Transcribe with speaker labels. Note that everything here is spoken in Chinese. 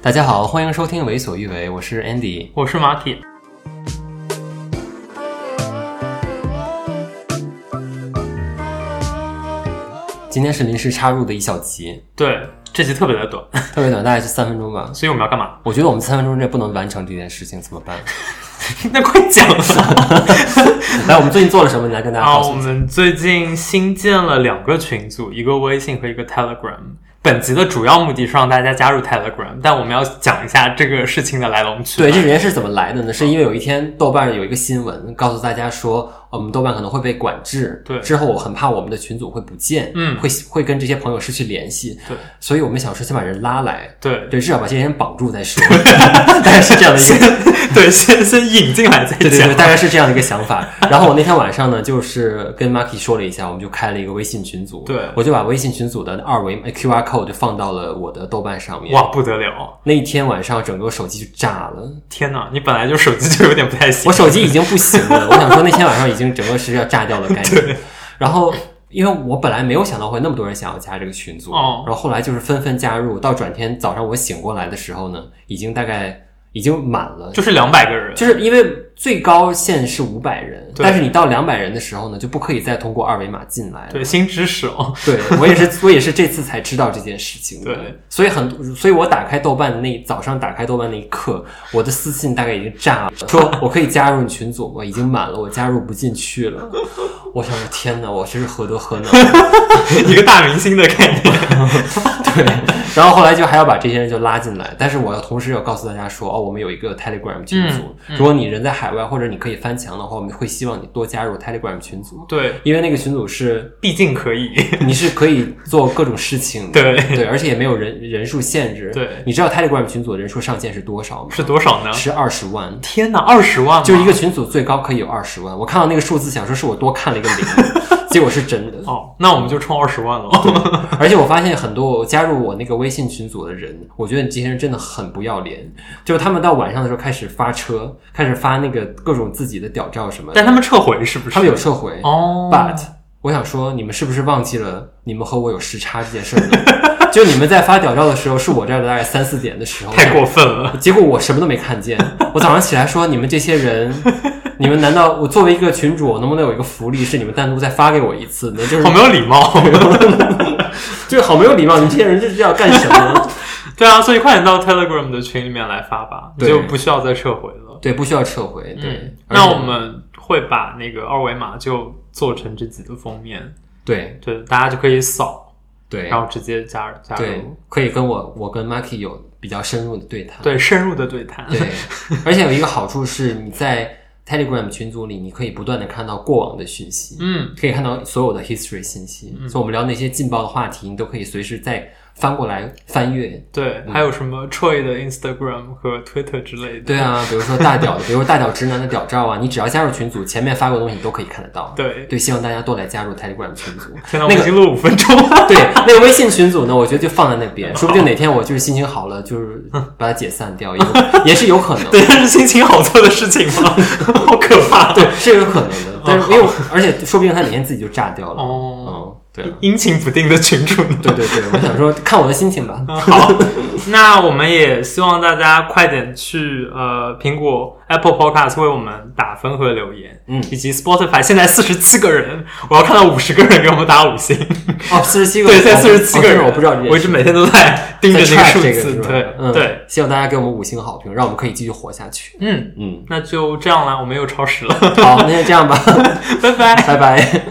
Speaker 1: 大家好，欢迎收听《为所欲为》，我是 Andy。
Speaker 2: 我是马铁，
Speaker 1: 今天是临时插入的一小集，
Speaker 2: 对，这集特别 的短，
Speaker 1: 特别短，大概就三分钟吧。
Speaker 2: 所以我们要干嘛？
Speaker 1: 我觉得我们三分钟之内不能完成这件事情，怎么办？
Speaker 2: 那快讲了
Speaker 1: 来，我们最近做了什么？你来跟大家
Speaker 2: 啊！
Speaker 1: 告诉。
Speaker 2: 我们最近新建了两个群组，一个微信和一个 Telegram。本集的主要目的是让大家加入 Telegram，但我们要讲一下这个事情的来龙去脉。
Speaker 1: 对，这件事怎么来的呢？是因为有一天豆瓣有一个新闻告诉大家说，我们豆瓣可能会被管制。
Speaker 2: 对
Speaker 1: 之后我很怕我们的群组会不见，
Speaker 2: 嗯
Speaker 1: 会会跟这些朋友失去联系。
Speaker 2: 对，
Speaker 1: 所以我们想说先把人拉来，
Speaker 2: 对
Speaker 1: 对，至少把这些人绑住再 说。 大概是这样的一个
Speaker 2: 先 对，先先引进来再
Speaker 1: 对对
Speaker 2: 讲
Speaker 1: 对，。大概是这样的一个想法。 然后我那天晚上呢，就是跟 Marky 说了一下，我们就开了一个微信群组，
Speaker 2: 对
Speaker 1: 我就把微信群组的二维 QR code 就放到了我的豆瓣上面。
Speaker 2: 哇，不得了！
Speaker 1: 那一天晚上，整个手机就炸了，
Speaker 2: 天哪，你本来就手机就有点不太行
Speaker 1: 我。手机已经不行 了。我想说，那天晚上已经整个是要炸掉的概念。然后，因为我本来没有想到会那么多人想要加这个群组，
Speaker 2: 哦
Speaker 1: 然后后来就是纷纷加入。到转天早上我醒过来的时候呢，已经大概已经满了，
Speaker 2: 就是两百个人，
Speaker 1: 就是因为最高限是五百人，
Speaker 2: 对
Speaker 1: 但是你到两百人的时候呢，就不可以再通过二维码进来了。
Speaker 2: 对，新知识哦。
Speaker 1: 对，我也是，我 也是这次才知道这件事情的。
Speaker 2: 对，
Speaker 1: 所以很，所以我打开豆瓣的那早上打开豆瓣那一刻，我的私信大概已经炸了，说我可以加入你群组吗？已经满了，我加入不进去了。我想说，天哪，我这是何德何能？
Speaker 2: 一个大明星的概念。
Speaker 1: 对，然后后来就还要把这些人就拉进来，但是我要同时要告诉大家说，哦，我们有一个 Telegram 群组，
Speaker 2: 嗯
Speaker 1: 如果你人在海外或者你可以翻墙的话，我们会希望你多加入 Telegram 群组，
Speaker 2: 对，
Speaker 1: 因为那个群组是
Speaker 2: 毕竟可以。
Speaker 1: 你是可以做各种事情的，
Speaker 2: 对
Speaker 1: 对，而且也没有人人数限制，
Speaker 2: 对
Speaker 1: 你知道 Telegram 群组的人数上限是多少吗？
Speaker 2: 是啊多少呢？
Speaker 1: 是二十万。
Speaker 2: 天哪，二十万吗？
Speaker 1: 就一个群组最高可以有二十万，我看到那个数字，想说是我多看了一个 零，结果是真的。
Speaker 2: 哦，那我们就冲二十万了。
Speaker 1: 而且我发现很多加入我那个微信群组的人，我觉得你这些人真的很不要脸，就是他们到晚上的时候开始发车，开始发那个各种自己的屌照什么的，
Speaker 2: 但他们撤回是不是？
Speaker 1: 他们有撤回。
Speaker 2: 哦
Speaker 1: But 我想说，你们是不是忘记了你们和我有时差这件事儿呢？ 就你们在发屌照的时候，是我这儿的大概三四点的时候，
Speaker 2: 太过分了。
Speaker 1: 结果我什么都没看 见。我早上起来说，你们这些人，你们难道我作为一个群主，我能不能有一个福利，是你们单独再发给我一次呢？就是
Speaker 2: 好没有礼貌，
Speaker 1: 就是好没有礼貌，你们这些人这是要干什么？
Speaker 2: 对啊，所以快点到 Telegram 的群里面来发吧，你
Speaker 1: 对
Speaker 2: 就不需要再撤回了。
Speaker 1: 对，不需要撤回。对，
Speaker 2: 嗯，
Speaker 1: 而且
Speaker 2: 那我们会把那个二维码就做成这集的封面，
Speaker 1: 对
Speaker 2: 对，大家就可以扫，
Speaker 1: 对
Speaker 2: 然后直接加入加
Speaker 1: 对
Speaker 2: 入，，
Speaker 1: 可以跟我我跟 Marky 有比较深入的对谈。
Speaker 2: 对，深入的对谈，
Speaker 1: 对，而且有一个好处是，你在 Telegram 群组里，你可以不断的看到过往的讯息，
Speaker 2: 嗯，
Speaker 1: 可以看到所有的 history 信息。所以我们聊那些劲爆的话题，你都可以随时再翻过来翻阅。
Speaker 2: 对，还有什么 Troy 的 Instagram 和 Twitter 之类的，
Speaker 1: 对啊，比如说大屌的，比 如说大屌直男的屌照啊，你只要加入群组，前面发过的东西你都可以看得到。
Speaker 2: 对，
Speaker 1: 对，希望大家多来加入 Telegram 群组。
Speaker 2: 现在我们已经录了五分钟了，
Speaker 1: 对，那个微信群组呢，我觉得就放在那边，说不定哪天我就是心情好了，就是把它解散掉，也有也是有可能。
Speaker 2: 对，这是心情好做的事情吗？ 好可怕，
Speaker 1: 对，是有可能的。但是因为我而且说不定他哪天自己就炸掉了。
Speaker 2: 哦，
Speaker 1: 嗯，对啊，
Speaker 2: 阴晴不定的群主呢？
Speaker 1: 对对对，我想说看我的心情吧。
Speaker 2: 好，那我们也希望大家快点去呃苹果 Apple Podcast 为我们打分和留言，
Speaker 1: 嗯
Speaker 2: 以及 Spotify 现在四十七个人，我要看到五十个人给我们打五星，
Speaker 1: 哦，四十七个，
Speaker 2: 对，现在
Speaker 1: 哦
Speaker 2: 四十七个人，
Speaker 1: 哦这我不知道这件事，
Speaker 2: 我一直每天都在盯着
Speaker 1: 在
Speaker 2: 这个
Speaker 1: track
Speaker 2: 数
Speaker 1: 这
Speaker 2: 字，
Speaker 1: 是吧
Speaker 2: 对、
Speaker 1: 嗯
Speaker 2: 对，，
Speaker 1: 希望大家给我们五星好评，让我们可以继续活下去。
Speaker 2: 嗯，
Speaker 1: 嗯，
Speaker 2: 那就这样啦，我们又超时了，
Speaker 1: 好，那就这样吧，
Speaker 2: 拜拜。
Speaker 1: 拜拜。